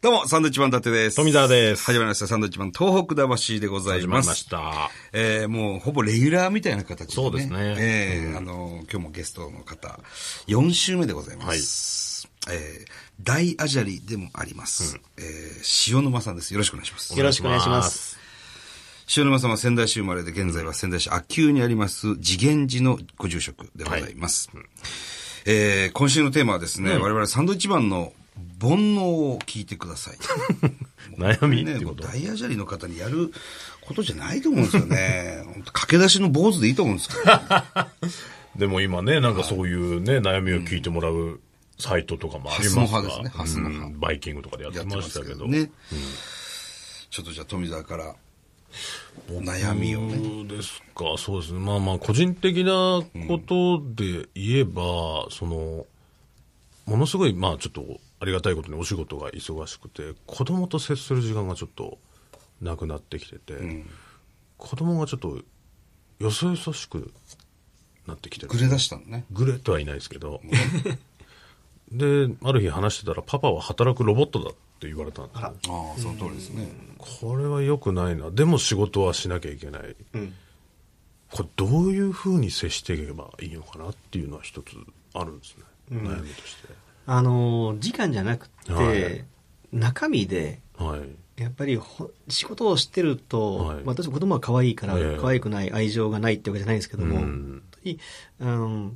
どうも、サンドイッチマン伊達です。富澤です始まりました、サンドイッチマン東北魂でござい始ままりす。ました。えー、もう、ほぼレギュラーみたいな形で、ね。そうですねえーあの、今日もゲストの方、4週目でございます。えー、大アジャリでもあります。えー、塩沼さんです。よろしくお願いします。よろしくお願いします。塩沼さんは仙台市生まれで、現在は仙台市秋急にあります、次元寺のご住職でございます。えー今週のテーマはですね、我々サンドイッチマンの煩悩を聞いてください。 悩みっね、てもこうと。大アジャリの方にやることじゃないと思うんですよ ね。本当駆け出しの坊主でいいと思うんですけど。でも今ね、なんかそういうね、悩みを聞いてもらうサイトとかもありハますスのか葉ですねハらスの葉うんバイキングとかでやっやてってまましすたけけどど。ね。ちょっとじゃあ富澤から悩みをね。そうですか、そうですね。まあまあ、個人的なことで言えば、その、ものすごい、まあちょっと、ありがたいことにお仕事が忙しくて、子供と接する時間がちょっとなくなってきてて、子供がちょっと、よそよそしくなってきてるぐ。れ出したのね。グレとはいないですけど。で、ある日話してたら、パパは働くロボットだって言われたんですよああ、その通りですね。これは良くないな。でも仕事はしなきゃいけない。これどういうふうに接していけばいいのかなっていうのは一つあるんですね。悩みとして。あのー、時間じゃなくて、はい中身で、はい。やっぱりほ仕事をしてると、はいまあ私子供は可愛いから、ええ可愛くない愛情がないってわけじゃないんですけども、うん本当にあの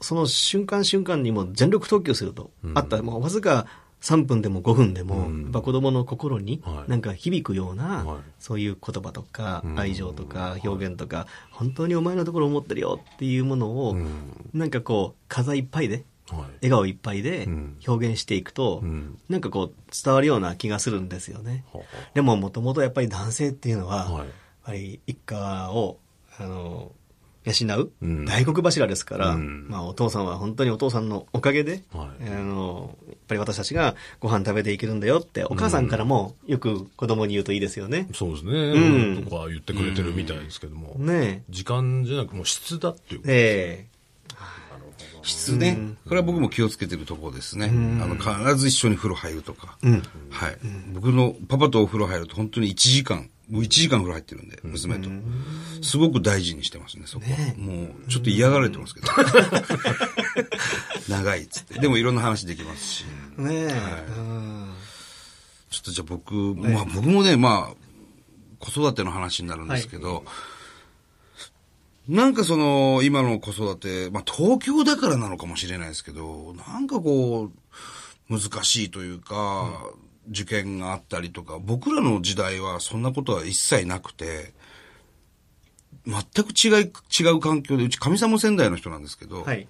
その瞬間瞬間にもう全力投球すると、うんあったもうわずか3分でも5分でも、うんやっぱ子供の心にはいなんか響くような、はいそういう言葉とか、うん愛情とか表現とか、本当にお前のところ思ってるよっていうものを、うん。なんかこう飾いっぱいではい。笑顔いっぱいでうん表現していくと、うん。なんかこう伝わるような気がするんですよね。はでももともとやっぱり男性っていうのは、あはやいっ。ぱり一家を、あの、養ううん大黒柱ですから、うんまあお父さんは本当にお父さんのおかげで、はいあの、やっぱり私たちがご飯食べていけるんだよって、お母さんからもよく子供に言うといいですよね。そうですね。うんとか言ってくれてるみたいですけども。ね時間じゃなく、もう質だっていうこと。え。え質ね。これは僕も気をつけてるところですね。あの、必ず一緒に風呂入るとか。えうん。はい。僕のパパとお風呂入ると本当に1時間、もう1時間風呂入ってるんで、娘と。すごく大事にしてますね、そこは。もう、ちょっと嫌がられてますけど。長いっつって。でもいろんな話できますし。ねえ。ちょっとじゃあ僕、まあ僕もね、まあ、子育ての話になるんですけど、なんかその、今の子育て、まあ東京だからなのかもしれないですけど、なんかこう、難しいというか、受験があったりとか、僕らの時代はそんなことは一切なくて、全く違い、違う環境で、うち神様仙台の人なんですけど、うんはい。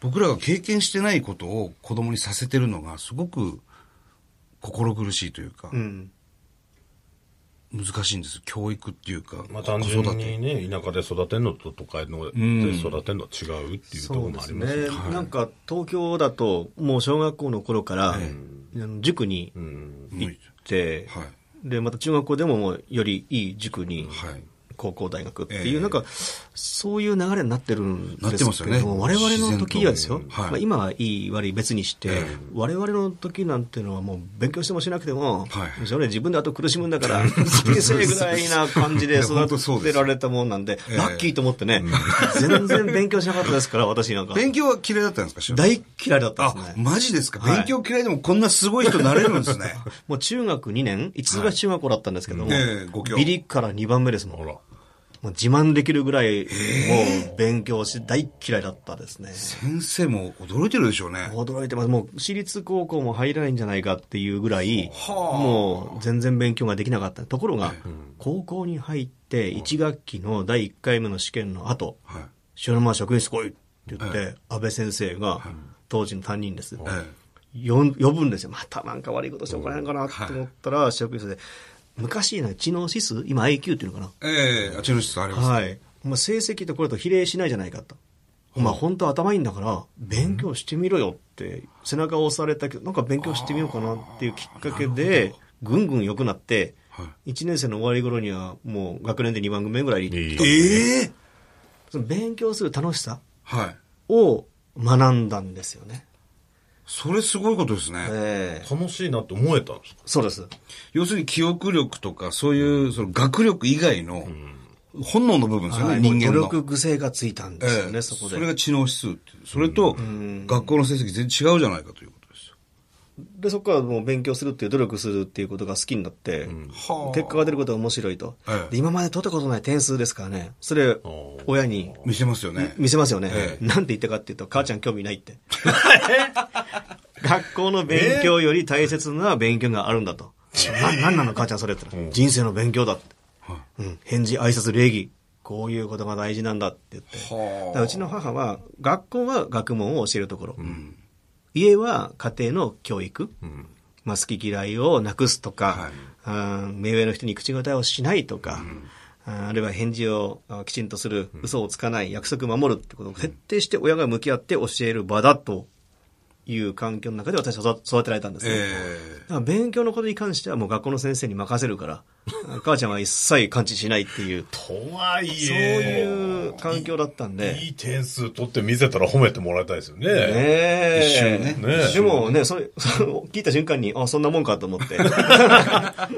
僕らが経験してないことを子供にさせてるのがすごく心苦しいというか、うん。難しいんです。教育っていうか、まあ単純にね、田舎で育てんのと都会ので育てんのは違うっていうところもありますそうねで。なんか東京だともう小学校の頃から、えあの塾にう行っん。うんて、はい。でまた中学校でももうよりいい塾に、はい。高校大学ってえいう、えなんかそういう流れになってるんですけどなってますよね我々の時はですよ、自然とはいまあ、今はいい悪い別にして、ええ我々の時なんてのはもう勉強してもしなくても、はいそれ自分であと苦しむんだから人生ぐらいな感じいでや 本当そう育でてすられたもんなんでええラッキーと思ってね、全然勉強しなかったですから私なんか勉強は嫌いだったんですか、大嫌いだったんですねあ、マジですか、はい勉強嫌いでもこんなすごい人になれるんです ね。もう中学2年、一度が中学校だったんですけども、はいええご教ビリから2番目ですもん。ほら。もう自慢できるぐらい、もう勉強して大嫌いだったですね。先生も驚いてるでしょうね。驚いてます。もう私立高校も入らないんじゃないかっていうぐらい、はあもう全然勉強ができなかった。ところが、高校に入って1学期の第1回目の試験の後、はい。塩沼職員室来いって言っえて、安倍先生が、当時の担任です。えよん呼ぶんですよ。またなんか悪いことしておらへんかなと思ったら、職員室で、昔の知能指数、今 IQ っていうのかえええあちらの人ありな。ます。はい。お前成績とこれと比例しないじゃないかと。お前本当頭いいんだから、勉強してみろよって、背中を押されたけど、なんか勉強してみようかなっていうきっかけで、ぐんぐん良くなって、は1年生の終わり頃にはもう学年で2番組目ぐらいに行っいい。いええその勉強する楽しさはい。を学んだんですよね。それすごいことですね。ええ楽しいなって思えたんですかそうです。要するに記憶力とか、そういう、その学力以外の、本能の部分ですよね、はい人間努の。力癖がついたんですよね、そこで。れが知能指数っていう。それと、学校の成績全然違うじゃないかということですよ。で、そこからもう勉強するっていう、努力するっていうことが好きになって、はあ結果が出ることが面白いと、ええで今まで取ったことない点数ですからね、それ、親に見せますよね。見せますよね、ええなんて言ったかっていうと、母ちゃん興味な いって。学校の勉強より大切な勉強があるんだと。な、なんなの母ちゃんそれって言ったら、人生の勉強だって。うん、返事、挨拶、礼儀。こういうことが大事なんだって言って。はあだからうちの母は、学校は学問を教えるところ。家は家庭の教育。まあ、好き嫌いをなくすとか、うん目上の人に口答えをしないとか、ああるいは返事をあきちんとする、嘘をつかない、約束を守るってことを徹底して親が向き合って教える場だという環境の中で私は育てられたんですね。えだから勉強のことに関してはもう学校の先生に任せるから、母ちゃんは一切感知しないっていう、とはいえそういう環境だったんで。いい点数取って見せたら褒めてもらいたいですよね。ねえ。一瞬ねねえでもね、それ、 それを聞いた瞬間に、あ、そんなもんかと思って。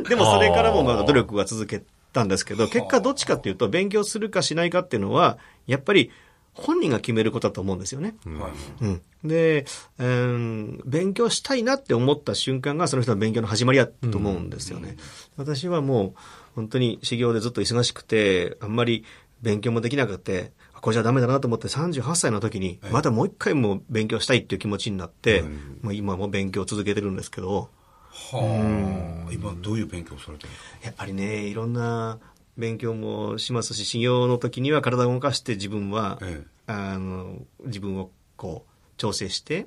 でもそれからもまだ努力が続けたんですけど、結果どっちかっていうと、勉強するかしないかっていうのは、やっぱり本人が決めることだと思うんですよね。えはいうん。で、うん、勉強したいなって思った瞬間がその人の勉強の始まりやと思うんですよね。私はもう本当に修行でずっと忙しくて、あんまり勉強もできなくて、あこれじゃダメだなと思って38歳の時に、またもう一回も勉強したいっていう気持ちになって、もう今も勉強を続けてるんですけど、はあ。今、どういう勉強をされてるんですかやっぱりね、いろんな勉強もしますし、修行の時には体を動かして自分は、ええあの、自分をこう、調整して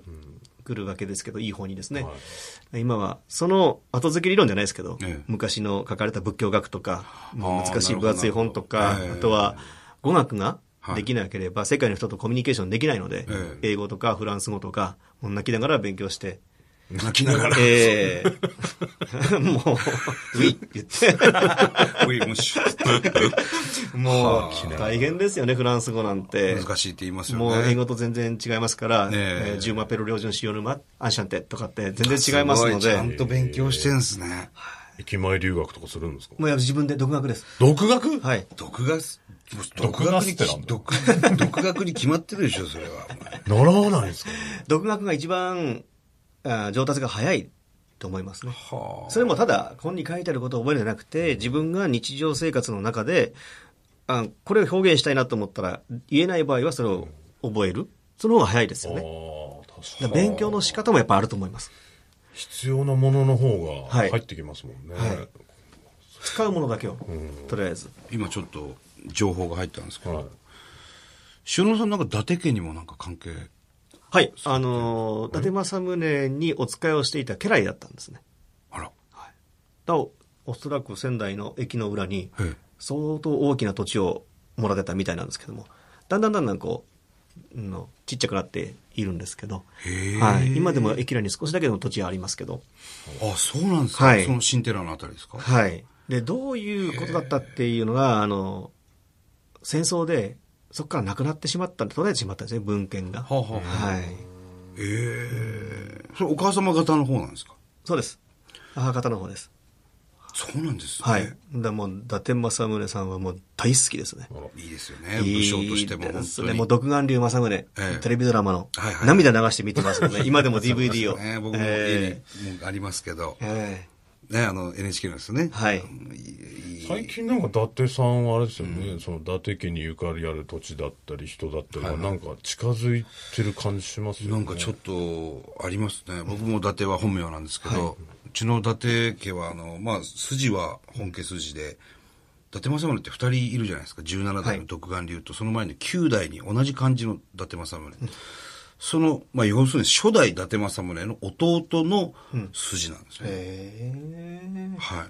くるわけですけど、いい方にですね。今は、その後付け理論じゃないですけど、ええ昔の書かれた仏教学とか、もうあー難しい分厚い本とか、なるほどあとは、語学がはいできなければ、世界の人とコミュニケーションできないので、え英語とかフランス語とか、もう泣きながら勉強して、泣きながら。 ええ もう、ウィって言って。 こういうもうシュッもう、大変ですよね、フランス語なんて。 難しいって言いますよね。もう英語と全然違いますから、ねええージューマペロ両順シオルマ、アンシャンテとかって全然違いますのごいちでゃ、んと勉強してんすね。駅前留学とかするんですかもうやっぱ自分で独学です。独学はい。独学、独学ってなんだ独独学に決まってるでしょ、それ は。習わないんですか独学が一番、あー上達が早いと思いますね。はそれもただ、本に書いてあることを覚えるんじゃなくて、自分が日常生活の中で、あこれを表現したいなと思ったら、言えない場合はそれを覚える。その方が早いですよね。ああ、確かだに。から勉強の仕方もやっぱあると思います。必要なものの方がはい入ってきますもんね。はい使うものだけを、とりあえず。今ちょっと情報が入ったんですけど、はい塩野さんなんか伊達家にもなんか関係。はい。あのー、伊達政宗にお使いをしていた家来だったんですね。あら。だおおそらく仙台の駅の裏にええ、相当大きな土地をもらってたみたいなんですけども、だんだんだんだんこう、うんのちっちゃくなっているんですけど、へえはい、今でも駅裏に少しだけの土地はありますけど、あ、そうなんですか、はいその新寺のあたりですかはい。で、どういうことだったっていうのが、あの、戦争で、そこからなくなってしまったんで、途絶えてしまったんですね、文献が。はあはあはい。ええそれお母様方の方なんですかそうです。母方の方です。そうなんですね。はい。だもう、伊達政宗さんはもう大好きですね。いいですよね。武将としても本い当いでに。すね。もう、独眼竜政宗、ええテレビドラマのはいはい涙流して見てます ので、今でも DVD を。ね、僕も家えにもうありますけど、ええね、あの NHK のですね。えはい。最近なんか伊達さんはあれですよね、その伊達家にゆかりある土地だったり人だったりがなんか近づいてる感じしますよね。なんかちょっとありますね。僕も伊達は本名なんですけど、うちの伊達家は、あの、まあ、筋は本家筋で、伊達政宗って二人いるじゃないですか。17代の独眼竜と、その前に9代に同じ漢字の伊達政宗。その、まあ、要するに初代伊達政宗の弟の筋なんですね。ええはい。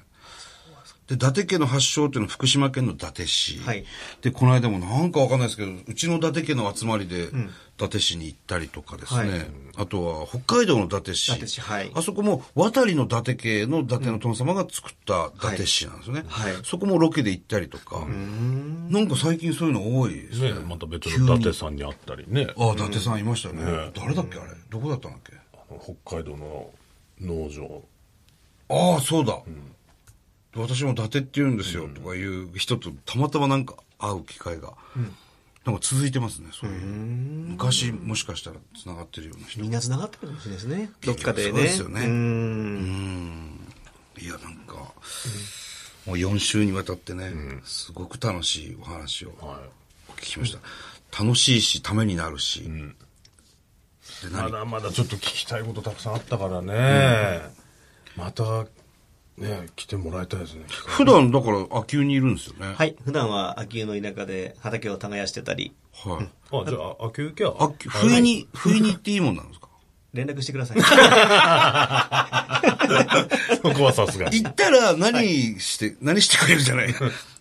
で、伊達家の発祥っていうのは福島県の伊達市。はいで、この間もなんかわかんないですけど、うちの伊達家の集まりで、伊達市に行ったりとかですね。はいあとは、北海道の伊達市。伊達市はいあそこも、渡りの伊達家の伊達の殿様が作った伊達市なんですね。はいはいそこもロケで行ったりとか。なんか最近そういうの多いですね。ね、また別の伊達さんに会ったりね。ああ、伊達さんいましたね。誰だっけあれどこだったんだっけ北海道の農場。ああ、そうだ。私も伊達って言うんですよ、とかいう人とたまたまなんか会う機会が、なんか続いてますね、そういう。昔もしかしたら繋がってるような人。みんな繋がってくるかもしれないですね。どっかでね。そうですよねうん。いや、なんか、もう4週にわたってね、すごく楽しいお話をはお聞きしました。楽しいし、ためになるし。でい。ま何だまだちょっと聞きたいことたくさんあったからね。また、ね、来てもらいたいですね。普段、だから、秋急にいるんですよね。。はいい。普段は秋保の田舎で畑を耕してたり、はい。あ、じゃあ、秋受けはあ、不意に、不意に行っていいもんなんですか連絡してく ださい。そこはさすがに。行ったら何して、何してくれるじゃない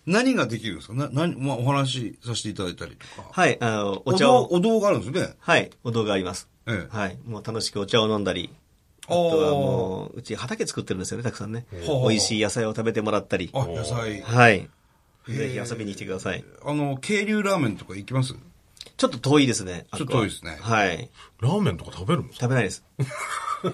何ができるんですかな、何、まあ、お話しさせていただいたりとか。はい。あの、おお茶茶を。お堂があるんですよね。はい。お堂があります。ええはい。もう楽しくお茶を飲んだり。ああとーはもう、うち畑作ってるんですよね、たくさんね。ほう美味しい野菜を食べてもらったり。あ、野菜。はい。ぜひ遊びに来てください。あの、渓流ラーメンとか行きますちょっと遠いですね。あそこはちょっと遠いですねはい。ラーメンとか食べるんですか食べないです。そう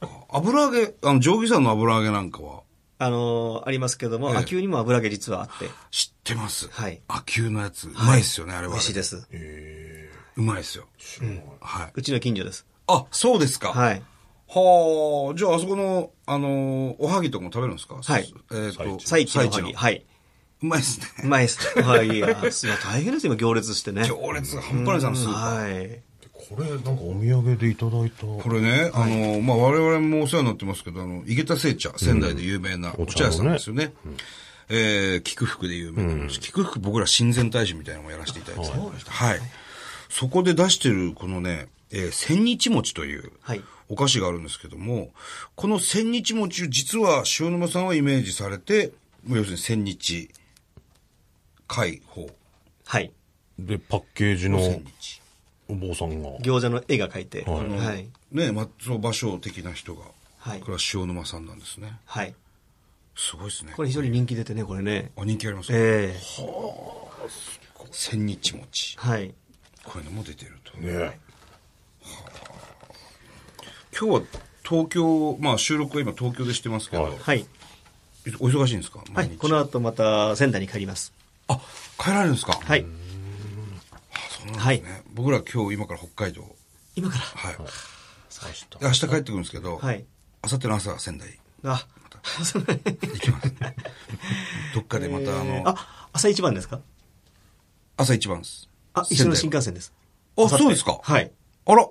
か。油揚げ、あの、定規山の油揚げなんかはあのーありますけども、ええ秋保にも油揚げ実はあって。知ってます。はいあ、急のやつ。うまいっすよね、あれは。。美味しいですす。えうまいっすよ。え、知らないうはい。うちの近所です。あ、そうですか。はい。はあ、じゃああそこの、あのーおはぎとかも食べるんですかはいえっ、と、最地のおはぎ。のはい。うまいっすね。うまいです。はい。いや、すいません大変ですよ、今行列してね。行列が半端ないです、あのスーパー。はい。でこれ、なんかお土産でいただいた。これね、あの、まあ、我々もお世話になってますけど、あの、井桁製茶、仙台で有名なうんお茶屋さんですよね。えー、菊福で有名なし、菊福僕ら親善大使みたいなのもやらせていただいてたりました。はい。そこで出してる、このね、えー、千日餅という、はいお菓子があるんですけども、この千日餅を実は塩沼さんはイメージされて、もう要するに千日、解放、はい。で、パッケージの千日。お坊さんが。餃子の絵が描いて。はいはい。ね、松尾芭蕉的な人が、はいこれは塩沼さんなんですね。はい。すごいですね。これ非常に人気出てね、これね。あ、人気ありますね。ええ千日餅。はい。こういうのも出てると。ね今日は東京、まあ収録は今東京でしてますけど、はいはい。お忙しいんですかは毎い。日、この後また仙台に帰ります。あ、帰られるんですかははい。そうなんですね。僕ら今日今から北海道。今から。はい。明で明日帰ってくるんですけど、はい。明後日の朝仙台 あ、そうね行き ます。どっかでまたあの、あ、朝一番ですか朝一番です。あ、一緒の新幹線です。あ、明後日そうですかはい。あら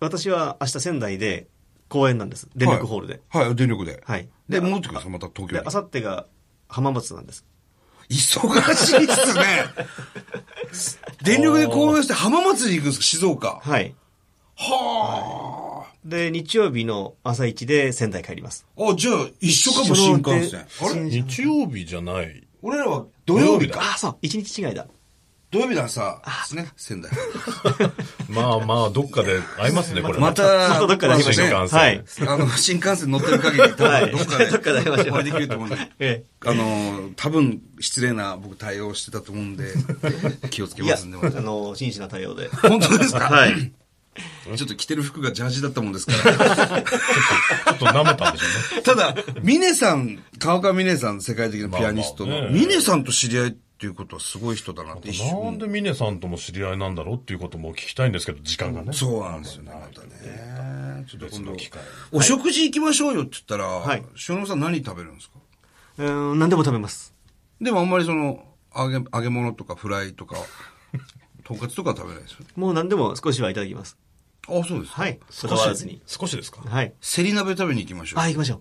私は明日仙台で公演なんです。電力ホールで。はい、はい電力で。はいで、で戻ってくるんですかまた東京で、に明。後日が浜松なんです。忙しいっすね。電力で公演して浜松に行くんですか静岡。はい。はで、日曜日の朝一で仙台帰ります。あ。あ、じゃあ一緒かも、新幹線。そあのれで日曜日じゃない。俺らは土曜日か。あ、そう。一日違いだ。土曜日ださ、ですね、仙台。まあまあ、どっかで会い ますね、これ。また、またどっかで会いましょうね新幹線はい。あの、新幹線乗ってる限り、多はい分どっかで、どっかで会いましょうお会いできると思うんで。えあの、多分、失礼な僕対応してたと思うんで、気をつけいまや、すんで、あの、真摯な対応で。本当ですかはい。ちょっと着てる服がジャージだったもんですから。ちょっと舐めたんでしょう ね。ただ、ミネさん、川上ミネさん、世界的なピアニストまあまの、あねミネさんと知り合いっていうことはすごい人だなって一 瞬。なんで峰さんとも知り合いなんだろうっていうことも聞きたいんですけど、時間がね。そうなんですよね、またね。ちょっと別今の度機、会。お食事行きましょうよって言ったら、はい塩野さん何食べるんですか うーん、何でも食べます。でもあんまりその、揚げ、揚げ物とかフライとか、 とんかつとかは食べないですよね。もう何でも少しはいただきます。あ、そうですか。はい。こだわらずに。少しですかはい。セリ鍋食べに行きましょあ、行きましょう。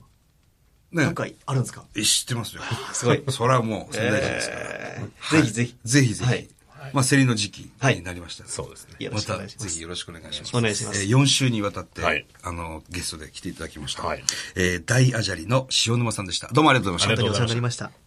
う。なんね。かあるんですかえ知ってますよ。すごい。 それはもう、仙台人ですから。えーぜひぜひ。ぜひぜはいひ。まあ、セリの時期はいになりましたね。そうですね。よろましくおた願いしまぜすひ。よろしくお願いします。お願いしますえー4週にわたって、はいあの、ゲストで来ていただきました。はいえー大アジャリの塩沼さんでした。どうもありがとうございました。ありがとうございましたお世話になりました。